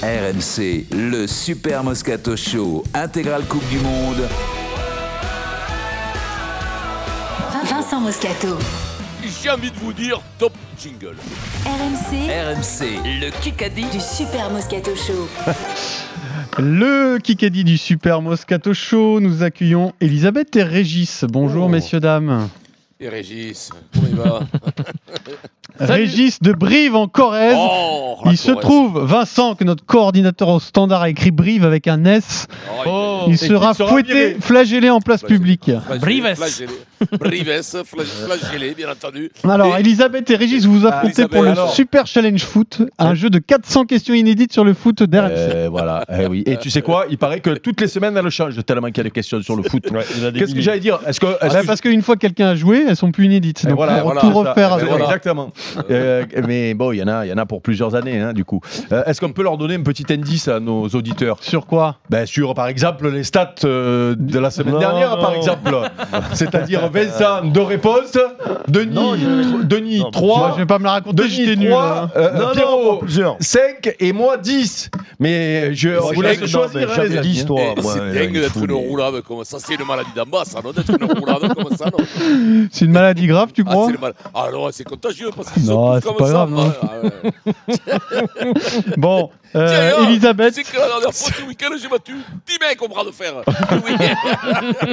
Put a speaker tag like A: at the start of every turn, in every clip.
A: RMC, le Super Moscato Show, intégrale Coupe du Monde.
B: Vincent Moscato.
C: J'ai envie de vous dire top jingle.
B: RMC,
A: RMC, le Kikadi.
B: du Super Moscato Show.
D: Le Kikadi du Super Moscato Show, nous accueillons Elisabeth et Régis. Bonjour
C: Oh.
D: messieurs, dames.
C: Et Régis, comment il va
D: Régis de Brive en Corrèze.
C: Oh,
D: Il se trouve, Vincent, que notre coordinateur au standard a écrit Brive avec un S.
C: Oh,
D: Il sera fouetté, flagellé en place
C: Flagellé.
D: publique.
C: Brives. Brives, fla- flagellé, bien entendu.
D: Alors,
C: Et-
D: Elisabeth et Régis vous vous affrontez
C: Elisabeth,
D: pour le
C: alors.
D: Super Challenge Foot, un jeu de 400 questions inédites sur le foot d'RMC.
E: Euh, voilà, Eh oui. Et tu sais quoi Il paraît que toutes les semaines, elle change tellement qu'il y a des questions sur le foot. Qu'est-ce que j'allais dire Est-ce que.
C: ah,
E: est-ce
D: Ouais,
E: que-
D: Bah, parce qu'une fois que quelqu'un a joué, elles sont plus inédites.
E: Eh
D: Ah, Donc,
E: voilà,
D: on
E: voilà,
D: tout
E: c'est ça.
D: refaire
E: Eh
D: à zéro.
E: voilà. Exactement. Euh, mais bon, il y en a, il y en a pour plusieurs années, hein, du coup. Euh, Est-ce qu'on peut leur donner un petit indice à nos auditeurs
D: Sur quoi
E: ben, Sur, par exemple, les stats euh, de la semaine
F: Non,
E: dernière,
F: non.
E: par exemple. C'est-à-dire Vincent, deux réponses. Denis,
F: Non, il y en a-
E: tr- Denis,
F: Non,
D: Moi,
E: 3.
D: je vais pas me la raconter, j'étais
E: Denis,
D: nul.
E: 3.
D: hein.
F: Non, non,
E: Pierrot,
F: plusieurs.
E: 5 et moi 10. Mais je
C: c'est dingue,
E: vous laisse
F: non, mais
E: choisir. hein,
F: j'avais
E: les amis.
F: 10, toi.
C: Et
F: moi,
C: Oh, c'est
F: euh,
C: dingue
F: il
C: d'être
F: fout
C: une
F: les-
C: roulade comme ça. C'est une maladie d'en bas, ça, non D'être une roulade comme ça, non
D: C'est une maladie grave, tu
C: Ah,
D: crois
C: c'est le mal. Ah non, c'est contagieux parce qu'ils
D: Non,
C: sont tous
D: c'est
C: comme
D: pas
C: ça.
D: grave, non.
C: bah, ah ouais.
D: Bon, euh,
C: Tiens, alors,
D: Elisabeth,
C: Tu sais que la dernière fois, ce week-end, j'ai battu 10 mecs au bras de fer. Oui.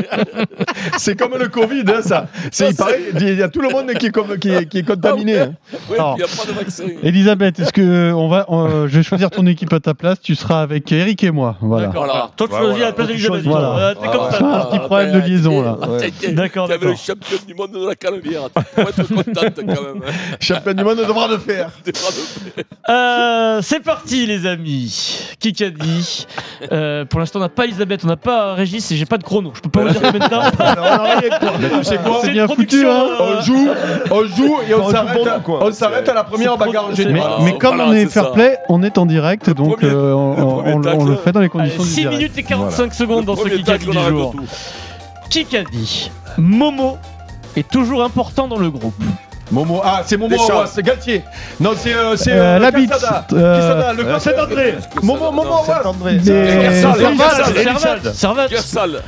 E: C'est comme le Covid, hein, ça. C'est, il paraît, il y a tout le monde qui est, comme- qui est- qui est
F: Ah,
E: contaminé. hein.
C: Oui,
D: Alors.
C: puis il n'y a pas de vaccin.
D: Elisabeth, est-ce que on va, euh, je vais choisir ton équipe à ta place Tu seras avec Eric et moi, voilà.
C: Voilà.
F: Toi, tu
E: Ouais,
F: choisis
E: voilà.
F: la place d'Elisabeth.
D: Voilà.
F: Voilà. T'es comme
D: Ah,
F: ça.
D: un petit problème de liaison, là.
F: D'accord,
C: D'accord, T'avais le
F: d'accord.
C: champion du monde de la cannebière. Tu pourrais être contente quand même. hein.
E: Champion du monde devra le faire.
C: T'es pas de-
F: Euh, C'est parti, les amis. Kikadi. Euh, pour l'instant, on n'a pas Elisabeth, on n'a pas Régis et j'ai pas de chrono. Je peux pas vous dire combien de temps.
E: C'est quoi
D: Oh, C'est
F: une
D: bien
F: production,
D: foutu, hein.
F: euh,
E: on joue, on joue et on
F: joue
E: s'arrête,
F: pour
E: à-
F: nous, quoi.
E: on s'arrête à la première
F: c'est
E: bagarre
F: pro- c'est-
D: Mais,
C: Voilà,
D: mais
C: on-
D: comme
C: voilà,
D: on est
C: c'est
D: fair
C: ça.
D: play, on est en direct, donc
C: premier-
D: euh, on,
C: le
D: on-
C: premier
D: on-
C: tacle.
D: on le fait dans les
F: Allez,
D: conditions du
F: 6
D: direct.
F: minutes et 45 secondes dans ce
C: Premier tacle,
F: Kikadi
C: on
F: du
C: arrête
F: jour.
C: tout.
F: Kikadi. Momo est toujours important dans le groupe.
E: Momo, ah, c'est Momo
C: Deschamps.
E: Awas, c'est Galtier. Non, c'est euh, c'est
D: Euh,
E: euh,
D: la bite,
E: Quesada.
D: euh,
E: Quesada, le coach
F: c'est André.
E: Momo, Momo
C: Non,
E: Awas.
D: Des-
E: Servade,
D: Servade,
E: Servade.
F: Servat, Servat,
C: Guerre sale.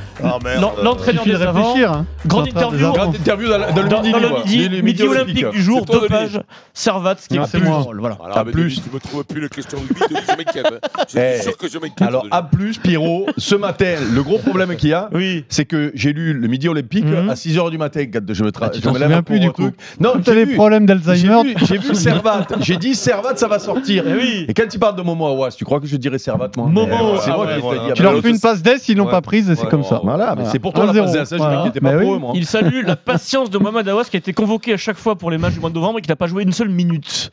F: l'en- l'entraîneur
D: suffit de
F: des avants,
D: réfléchir. hein.
F: grande
D: Ça va faire des
F: interview
D: arbres.
E: Grande interview dans, la- dans le
F: dans,
E: midi,
F: dans le
E: libre.
F: midi, midi, olympique du jour,
C: C'est toi,
F: deux
C: Denis.
F: pages, Servat, ce qui
D: Ah,
F: est
D: c'est
F: plus
D: moi.
F: drôle, voilà.
C: Voilà,
E: En
C: mais
E: plus.
C: Denis, tu me trouves plus le question 8, Denis, je m'inquiète. hein. Je
E: Eh.
C: suis sûr que je m'inquiète.
E: Alors,
C: Denis.
E: à plus, Pierrot, ce matin, le gros problème qu'il y a,
F: Oui.
E: c'est que j'ai lu le midi olympique
F: Mhm.
E: à 6h du matin quand je me, tra-
D: Ah, tu
E: je
D: t'en
E: me lève
D: souviens
E: pour
D: plus, du
E: un
D: coup.
E: truc. Non,
D: T'as
E: j'ai
D: des
E: vu.
D: problèmes
E: J'ai
D: d'Alzheimer.
E: vu, j'ai vu Servat, j'ai dit Servat ça va sortir.
F: Eh oui.
E: Et quand il parle de Momo Awas, tu crois que je dirais Servat moi
F: Momo,
E: Eh ouais,
F: ah
E: c'est moi
F: ouais,
E: qui
F: voilà.
E: l'ai dit.
D: Tu
E: Ah,
D: leur
E: bah,
D: fais une passe d'ess, ils l'ont
E: Ouais.
D: pas prise, et c'est
E: Ouais.
D: comme ça.
E: Voilà, mais
D: Voilà.
E: c'est pour toi la
D: 1-0,
E: passe d'essai, je
D: voilà.
E: m'inquiétais pas
D: Bah
E: pour
D: oui.
E: eux, moi.
F: Il salue la patience de Mohamed Awas qui a été convoqué à chaque fois pour les matchs du mois de novembre et qui n'a pas joué une seule minute.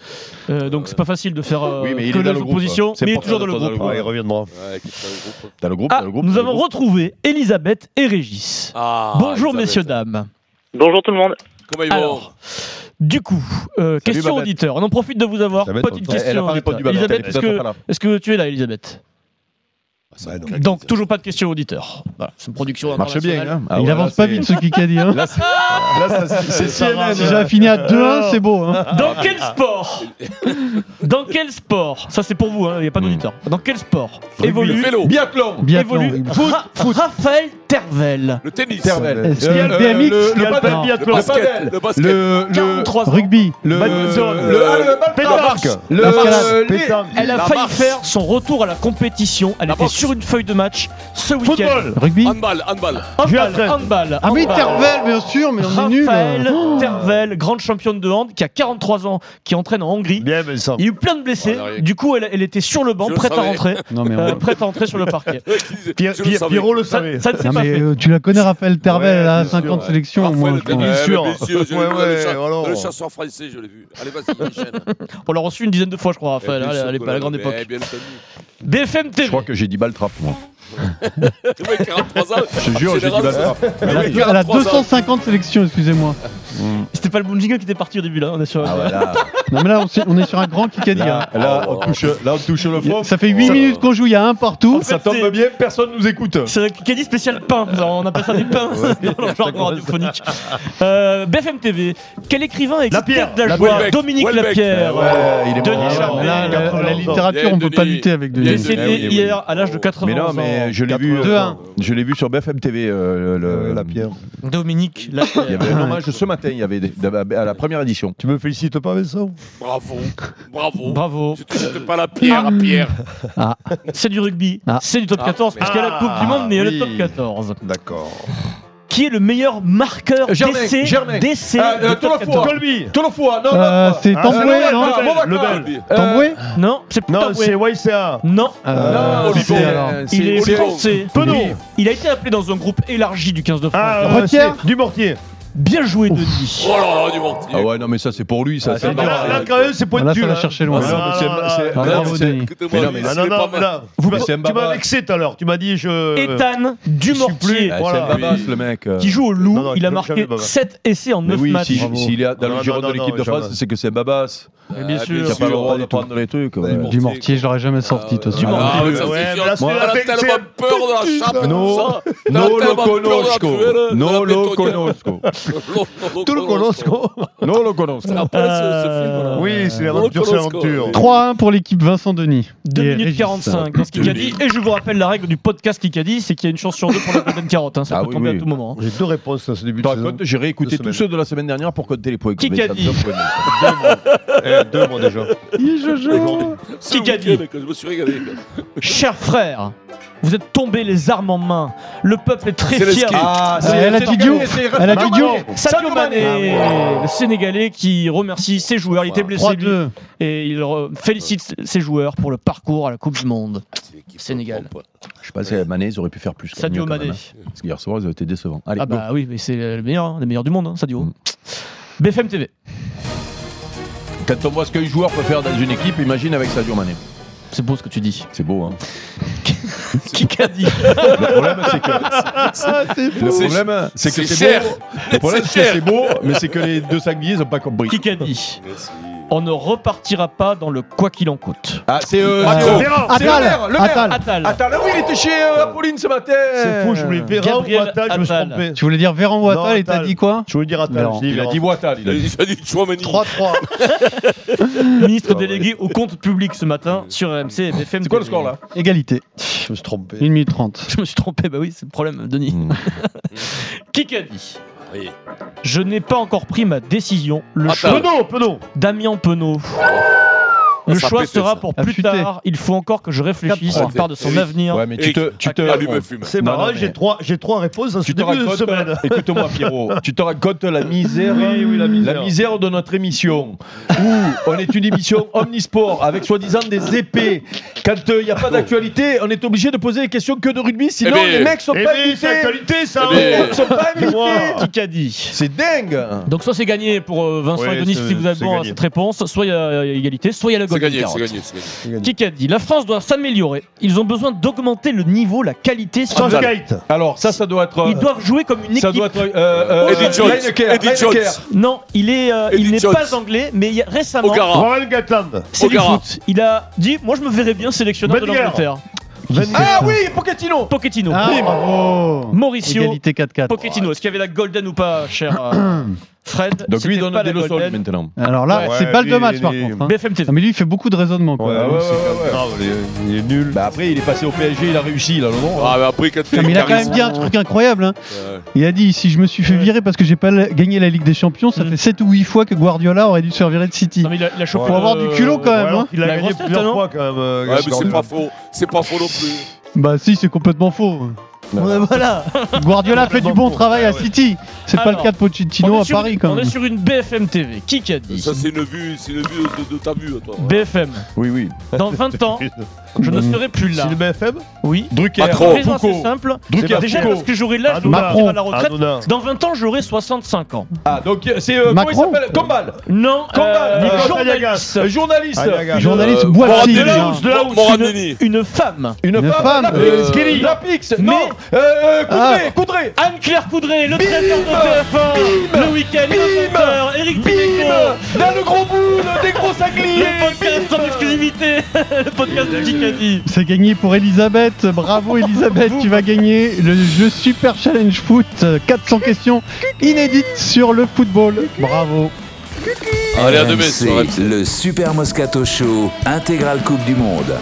F: Euh, donc c'est pas facile de faire euh,
E: Oui, mais il
F: que
E: est dans
F: les
E: le groupe.
F: oppositions,
E: C'est
F: mais il est
E: pour
F: toujours
E: ça,
F: dans le
E: dans le
F: groupe.
E: groupe. Ouais, il
F: reviendra.
C: Ouais, qui fait le groupe.
E: T'as le groupe,
F: Ah,
E: t'as le groupe,
F: nous
E: t'as le
F: avons
E: groupe.
F: retrouvé Elisabeth et Régis.
C: Ah,
F: Bonjour
C: Elisabeth.
F: messieurs, dames.
G: Bonjour tout le monde.
C: Comment ils vont
F: Alors, du coup, euh, question
E: Babette.
F: auditeur. On en profite de vous avoir.
E: Elisabeth,
F: Petite
E: elle-
F: question.
E: Elle a pas
F: auditeur.
E: répondu. bah, bah,
F: Elisabeth,
E: t'es
F: est-ce
E: peut-être
F: que,
E: pas Ah, là.
F: est-ce que tu es là, Elisabeth Donc, toujours pas de question auditeur. Voilà, c'est une production
E: Ça marche bien.
F: internationale.
E: hein. Ah
D: Il
E: ouais,
D: avance
E: là,
D: pas
E: c'est-
D: vite, ce Kikadi. hein.
E: Là, c'est- là, ça, c'est c'est CNN.
D: Si j'avais fini à 2-1, c'est beau. hein.
E: Ah.
F: Dans quel sport Dans quel sport Ça, c'est pour vous, hein, il n'y a
E: Hmm.
F: pas d'auditeur. Dans quel sport
C: Le
F: évolue,
C: vélo,
E: Biathlon.
D: Biathlon.
F: évolue Ra- Raphaël Tervel
C: le tennis,
E: Intervel.
D: Est-ce qu'il y a le
E: Euh,
D: BMX,
E: le-
D: il y a
E: Le
D: le
E: padel.
D: bar.
C: le basket,
E: padel.
C: le basket.
E: Le. Le.
F: 43 ans.
D: Rugby.
E: Le.
F: Badminton.
E: Bah, Le. ah, le bal-
F: Pétanque.
E: la marque.
D: L'escalade.
E: Le. les-
F: Elle a
C: La
F: failli
C: marche.
F: faire son retour à la compétition. Elle
C: La
F: était
C: boxe.
F: sur une feuille de match ce week-end.
D: Rugby.
C: Handball, handball.
F: Handball, handball,
D: Ah oui,
F: handball.
D: Tervel, bien sûr, mais on est nul. hein.
F: Raphaël Tervel, grande championne de hand, qui a 43 ans, qui entraîne en Hongrie. Il y a eu plein de blessés.
C: Voilà,
F: Du coup, elle, elle était sur le banc,
C: Oh, Je le
F: prête à
C: savais.
F: rentrer,
D: Non, mais, on-
F: euh, prête à rentrer sur le parquet.
C: Pierre,
H: Pierrot le
F: Ça,
H: savait.
F: ça ne s'est
D: Ah Non,
F: pas
D: mais,
F: fait.
D: euh, tu la connais, Raphaël Tervel,
H: Ouais,
D: elle a
H: bien sûr,
D: 50
C: ouais.
D: sélections au moins. je crois.
H: Bien sûr.
C: Monsieur, je l'ai
H: Ouais,
C: vu dans
H: ouais,
C: le, chat-
H: alors.
C: dans le chasseur français, je l'ai vu. Allez, vas-y, enchaîne.
F: On l'a reçu une dizaine de fois, je crois, Raphaël,
C: Et
F: hein,
C: bien sûr
F: à
C: que
F: l'époque- à la
C: l'on
F: grande
C: l'avait,
F: époque.
C: Eh, bien entendu.
F: BFM
E: Je crois
F: TV.
E: que j'ai dit Baltrap, moi.
C: Le mec, 43 ans.
E: Je te jure, j'ai dit bah, Baltrap. Ah,
D: Elle a-
C: oui.
D: elle a 250 sélections, excusez-moi.
F: C'était pas le bon jingle qui était parti au début, là. On est sur.
E: Ah ouais, là.
D: Non, mais là, on, s'est- on est sur un grand Kikadi.
E: Là, oh. là, on touche, là, on touche le
D: hein.
E: fond.
D: Ça fait 8 minutes qu'on joue, il y a un partout.
E: Ça tombe
F: C'est-
E: bien, personne nous écoute.
F: C'est un Kikadi spécial pain. Alors, On appelle ça des pains dans le genre radiophonique. Euh, BFM TV. Quel écrivain est tête de la joie
C: Houellebecq.
F: Dominique
C: Houellebecq.
F: Lapierre.
E: Ouais, il est
F: Denis
E: mort.
F: Charvet.
E: Ouais,
D: Là, la, la
E: 80 ans.
D: littérature, on peut pas lutter avec
F: Il est
D: Denis.
F: décédé
E: Eh oui, eh oui.
F: hier à l'âge de 80
E: Mais non,
F: ans.
E: mais je l'ai vu, euh,
D: 82.
E: je l'ai vu sur BFM TV, euh, le- le-
G: la pierre.
F: Dominique
E: Il y
F: Lapierre.
E: avait un hommage ce matin, il y avait des- à la première édition.
G: Tu me félicites pas, Vincent
C: Bravo, bravo.
F: Bravo.
C: Je touche pas la pierre à pierre.
F: C'est du rugby.
D: Ah.
F: C'est du top 14 parce qu'il
E: ah,
F: y a la Coupe du Monde mais il y a le top 14.
E: D'accord.
F: Qui est le meilleur marqueur
E: Germain,
F: d'essai
E: Germain.
F: d'essai
E: Ah, euh,
F: du top
E: Tolofua.
F: 14
G: Colby
E: Tout le fois, non,
D: Euh,
E: non.
G: Ah,
D: c'est Tamboué,
E: Lebel,
D: non
E: Lebel,
G: Lebel.
E: Lebel. Euh,
D: Tamboué
F: Non, c'est pas
G: Non,
F: vrai.
G: c'est YCA.
F: Non.
D: Euh,
E: non,
D: qui
E: Olivier,
D: c'est, alors
E: euh, c'est-
F: Il est
E: Olivier.
F: français.
G: Penaud.
F: Il a été appelé dans un groupe élargi du 15 de France.
G: Ah, euh,
D: Retière.
G: c'est Du mortier.
F: Bien joué, Denis.
C: Oh là là, du mortier.
E: Ah ouais, non, mais ça, c'est pour lui, ça.
D: Ah,
E: c'est
D: c'est
G: Là,
D: dur,
E: marrant.
D: hein.
G: là, quand même, c'est point de
D: Là,
G: cul.
D: ça va
G: hein.
D: chercher loin.
E: Ah, non, mais c'est-
G: Ah, là,
E: c'est-
G: là,
E: non,
D: là,
E: mais
D: là,
E: c'est-
D: là.
E: Mais
C: Écoutez-moi,
E: non, mais
C: c'est
G: Ah non,
C: pas
G: non,
C: mal.
G: là,
E: Vous-
G: tu m'as-
E: mais c'est
G: tu
E: Mbaba.
G: m'as vexé tout à l'heure. Tu m'as dit, je. Euh,
F: Ethan
G: je suis plus.
F: Dumortier,
E: Ah,
G: Voilà.
E: C'est Babas,
C: Oui.
E: le mec. euh.
F: qui joue au loup,
G: Non, non,
F: il a
G: non,
F: marqué
G: jamais Babas.
F: 7 essais en
E: Mais
F: 9
E: oui,
F: matchs.
E: si- s'il est dans
G: Non,
E: le
G: non,
E: giron de
G: non,
E: l'équipe
G: non,
E: de
G: je
E: France,
G: vois.
E: c'est que c'est Babas.
F: Mais
C: bien
F: bien
C: Ah, sûr.
E: Il
F: sûr.
E: n'a
C: sûr.
E: pas le droit de prendre les trucs. hein. ouais.
D: Du mortier, je l'aurais jamais sorti. toi,
E: Du
D: tu vois.
E: Mortier.
C: Ah, mais ça,
G: Ouais,
C: c'est
G: mais
C: sûr.
G: là, c'est
C: On a
G: la tête,
C: tellement
G: c'est la
C: peur de la chape et
E: Non.
C: tout ça. On a
E: No lo
C: tellement peur de la
E: conosco.
C: truelle,
E: No
C: de la
E: lo
C: bétonnière.
E: conosco.
C: Tout le Colosco.
E: No lo conosco.
G: Oui, c'est
C: Oh,
G: l'aventure, c'est
C: Colosco.
G: l'aventure.
D: 3-1 pour l'équipe Vincent Denis.
F: 2
D: Et
F: minutes
D: Régis.
F: 45 dans ce Kikadi. Et je vous rappelle la règle du podcast Kikadi c'est qu'il y a une chance sur deux pour la Golden Carotte. hein, Ça
E: Ah
F: peut
E: oui,
F: tomber
E: oui.
F: à tout moment. hein.
G: J'ai deux réponses à ce début
E: Je
G: de
E: te
G: saison.
E: raconte, j'ai réécouté
G: Deux
E: tous
G: semaines.
E: ceux de la semaine dernière pour compter les points.
F: Qui
E: Mais ça me
F: qu'a
E: donne
F: dit
E: points, même.
G: Eh, Deux, moi, déjà.
D: Hi, Jojo
C: Qui
F: Qui a dit
C: Je me suis régalé.
F: Chers frères, vous êtes tombés les armes en main. Le peuple est très
C: C'est le
F: fier.
C: ski.
E: Ah,
D: Euh, elle a dit Diouf. Elle a dit Diouf.
F: Sadio Mané, le Sénégalais qui remercie ses joueurs. Il était blessé lui,
D: 3-2.
F: et il re- félicite ses joueurs pour le parcours à la Coupe du Monde. Sénégal.
E: Je sais pas si Mané, ils auraient pu faire plus. quand
F: Sadio
E: mieux, quand
F: Mané.
E: même, hein. Parce qu'hier soir, ils ont été décevants. Allez,
F: Ah
E: go.
F: bah oui, mais c'est le meilleur, hein, le meilleur du monde, hein, Sadio.
E: Mm.
F: BFM TV.
E: Quand on voit ce qu'un joueur peut faire dans une équipe, imagine avec Sadio Mané.
F: C'est beau ce que tu dis.
E: C'est beau, hein.
F: Qui qu'a dit
E: Le problème, c'est que le problème, c'est que
C: C'est
E: c'est
C: cher.
E: beau. Le problème,
C: C'est
E: c'est que
C: cher.
E: c'est beau, mais c'est que les deux sangliers n'ont pas compris.
F: Qui qu'a dit On ne repartira pas dans le quoi qu'il en coûte.
E: Ah, c'est euh,
D: Macron.
E: c'est-
G: Ferrand,
E: c'est le maire,
D: Attal
E: le maire.
D: Attal
F: Attal.
E: Attends, là, oui, il était chez euh, Apolline ce matin.
G: C'est fou, je voulais Vera ou
F: Gabriel
G: Attal, je me suis
F: Attal.
G: trompé.
D: Tu voulais dire Véran ou
G: Non,
D: Attal et t'as
G: Attal.
D: dit quoi
G: Je voulais dire Attal,
D: Non.
G: je dis
E: Il a
G: Vera.
E: dit Boital, il a dit.
C: Il a dit Chouameni.
G: 3-3.
F: Ministre délégué au compte public ce
C: Mm.
F: matin sur RMC et BFM
E: Ah, C'est quoi le score là
D: Égalité.
G: Je me suis trompé.
D: 1 minute 30.
F: Je me suis trompé, bah oui, c'est le problème, Denis.
E: Mm.
F: Qui qu'a dit
C: Oui.
F: Je n'ai pas encore pris ma décision. Le
C: Attal.
F: choix
G: Penaud, Penaud.
F: Damien Penaud. Le
C: Oh. Ça sera
F: choix
C: pété,
F: sera
C: ça.
F: pour plus
D: Affûté.
F: tard. Il faut encore que je réfléchisse.
C: Quatre-trois.
F: Il part de son
C: Oui.
F: avenir.
E: Eh Ouais, mais tu te. Tu
C: Ah, lui me
E: te
C: fume.
G: C'est
E: Non, non,
G: marrant,
E: mais-
G: j'ai trois, j'ai trois réponses à ce
E: tu te
G: début de
E: racontes,
G: semaine.
E: écoute-moi Pierrot, tu te racontes la misère,
G: Oui, oui, la misère.
E: la misère de notre émission, où on est une émission omnisport, avec soi-disant des épées. Quand euh, il n'y a pas d'actualité, on est obligé de poser des questions que de rugby, sinon
C: Eh ben,
E: les mecs sont
G: Eh
E: pas
G: bien, c'est
E: invités.
G: l'actualité, ça
C: Eh ben,
G: hein.
E: Ils sont pas invités.
G: Dis-moi.
F: Qui qu'a dit
E: C'est dingue
F: Donc soit c'est gagné pour euh, Vincent
G: Ouais,
F: et Denis
G: c'est-
F: si vous avez
G: c'est
F: bon à
G: gagné.
F: cette réponse, soit il y a égalité, soit il y a la
C: C'est
F: Golden
C: gagné, c'est
F: Carotte.
C: gagné, c'est gagné.
F: Qui qu'a dit La France doit s'améliorer. Ils ont besoin d'augmenter le niveau, la qualité. sur-
G: Sans skate.
E: Alors ça, ça doit être... euh,
F: Ils doivent jouer comme une
E: Ça
F: équipe.
E: doit être... euh, euh,
C: Eddie Jones.
E: Lineker,
C: Eddie
E: Lineker.
C: Jones.
F: Non, il est, euh,
C: Eddie
F: il n'est
C: Jones.
F: pas anglais, mais il y a- récemment,
E: Oh.
C: Ogara.
G: Warren Gatland.
F: c'est du
C: Ogara.
F: foot. Il a dit, moi je me verrais bien sélectionneur de
G: Wenger.
F: l'Angleterre.
E: Ah oui, Pochettino
F: Pochettino.
D: Ah,
F: Bim.
D: bravo
F: Mauricio.
D: Égalité 4-4.
F: Pochettino. Est-ce qu'il y avait la golden ou pas, cher euh, Fred
E: Donc lui, il
F: C'était
E: donne
F: pas
E: des
F: la
E: leçons lui,
F: golden.
E: maintenant.
D: Alors là,
G: Ouais,
D: c'est balle de
G: lui,
D: match par
G: lui.
D: contre. hein.
F: BFM TV.
D: Ah, mais lui, il fait beaucoup de raisonnement. Quoi.
E: Ouais, ouais, ouais, ouais.
G: Grave, il est- il est nul.
E: Bah après, il est passé au PSG, il a réussi, là, non
C: Ah, mais après, quand
D: Ah, mais il a quand même dit un truc incroyable. hein. Il a dit si je me suis fait virer parce que j'ai pas la- gagné la Ligue des Champions, ça
F: Mm.
D: fait 7 ou 8 fois que Guardiola aurait dû se faire virer de City.
F: Non, mais il a, il a chopé
D: Faut avoir
F: le-
D: du culot, quand même,
G: Ouais,
D: hein.
G: Il a
F: La
G: gagné
F: grosse tête,
G: plusieurs
F: non
G: fois quand même. euh,
C: Ouais, mais c'est
G: Gatland.
C: pas faux. C'est pas faux non plus.
D: Bah si, c'est complètement faux.
E: Ouais,
D: voilà. Guardiola fait du bon travail à City. C'est pas
F: Alors,
D: le cas de Pochettino
F: On est
D: à
F: sur-
D: Paris quand
F: On est
D: même.
F: sur une BFM TV. Qui qu'a dit
C: Ça, c'est une vue, c'est une vue de, de ta vue, toi.
F: BFM.
E: Oui, oui.
F: Dans 20 ans, je ne serai plus là.
G: C'est le BFM
F: Oui.
G: Ah,
E: Drucker,
C: Macron.
F: Raison assez simple.
E: Drucker,
F: Déjà
E: Foucault.
F: parce que j'aurai l'âge de
G: Hanouna.
F: partir à la retraite.
G: Hanouna.
F: Dans 20 ans, j'aurai 65 ans.
E: Ah, donc euh, c'est. euh, comment il
D: Macron
E: s'appelle Combal
F: Non,
E: Combal,
F: euh,
G: Nicolas
F: journaliste.
E: Euh, Journaliste
G: Aliaga.
D: Journaliste
C: Euh,
D: Boissy.
C: Morandini,
D: hein.
C: de la housse, Morandini.
F: Une femme.
E: Une,
D: Une femme,
E: Lapix,
C: euh,
E: Lapix,
F: Mais-
G: Ah.
E: Non euh, euh, Coudray, Coudray
F: Anne-Claire Coudray, le trésor de TF1, le week-end,
E: Bim
F: 20h, Eric
G: Ah.
F: Dimeco,
E: Bim Dans le gros boule, des gros sangliers
F: le podcast en exclusivité, le podcast de Kikadi.
D: C'est gagné pour Elisabeth. Bravo Elisabeth, tu vas gagner le jeu Super Challenge Foot. 400 questions inédites sur le football. Bravo.
C: Allez, à demain
A: RMC,
C: sur RMC.
A: le Super Moscato Show, intégrale Coupe du Monde.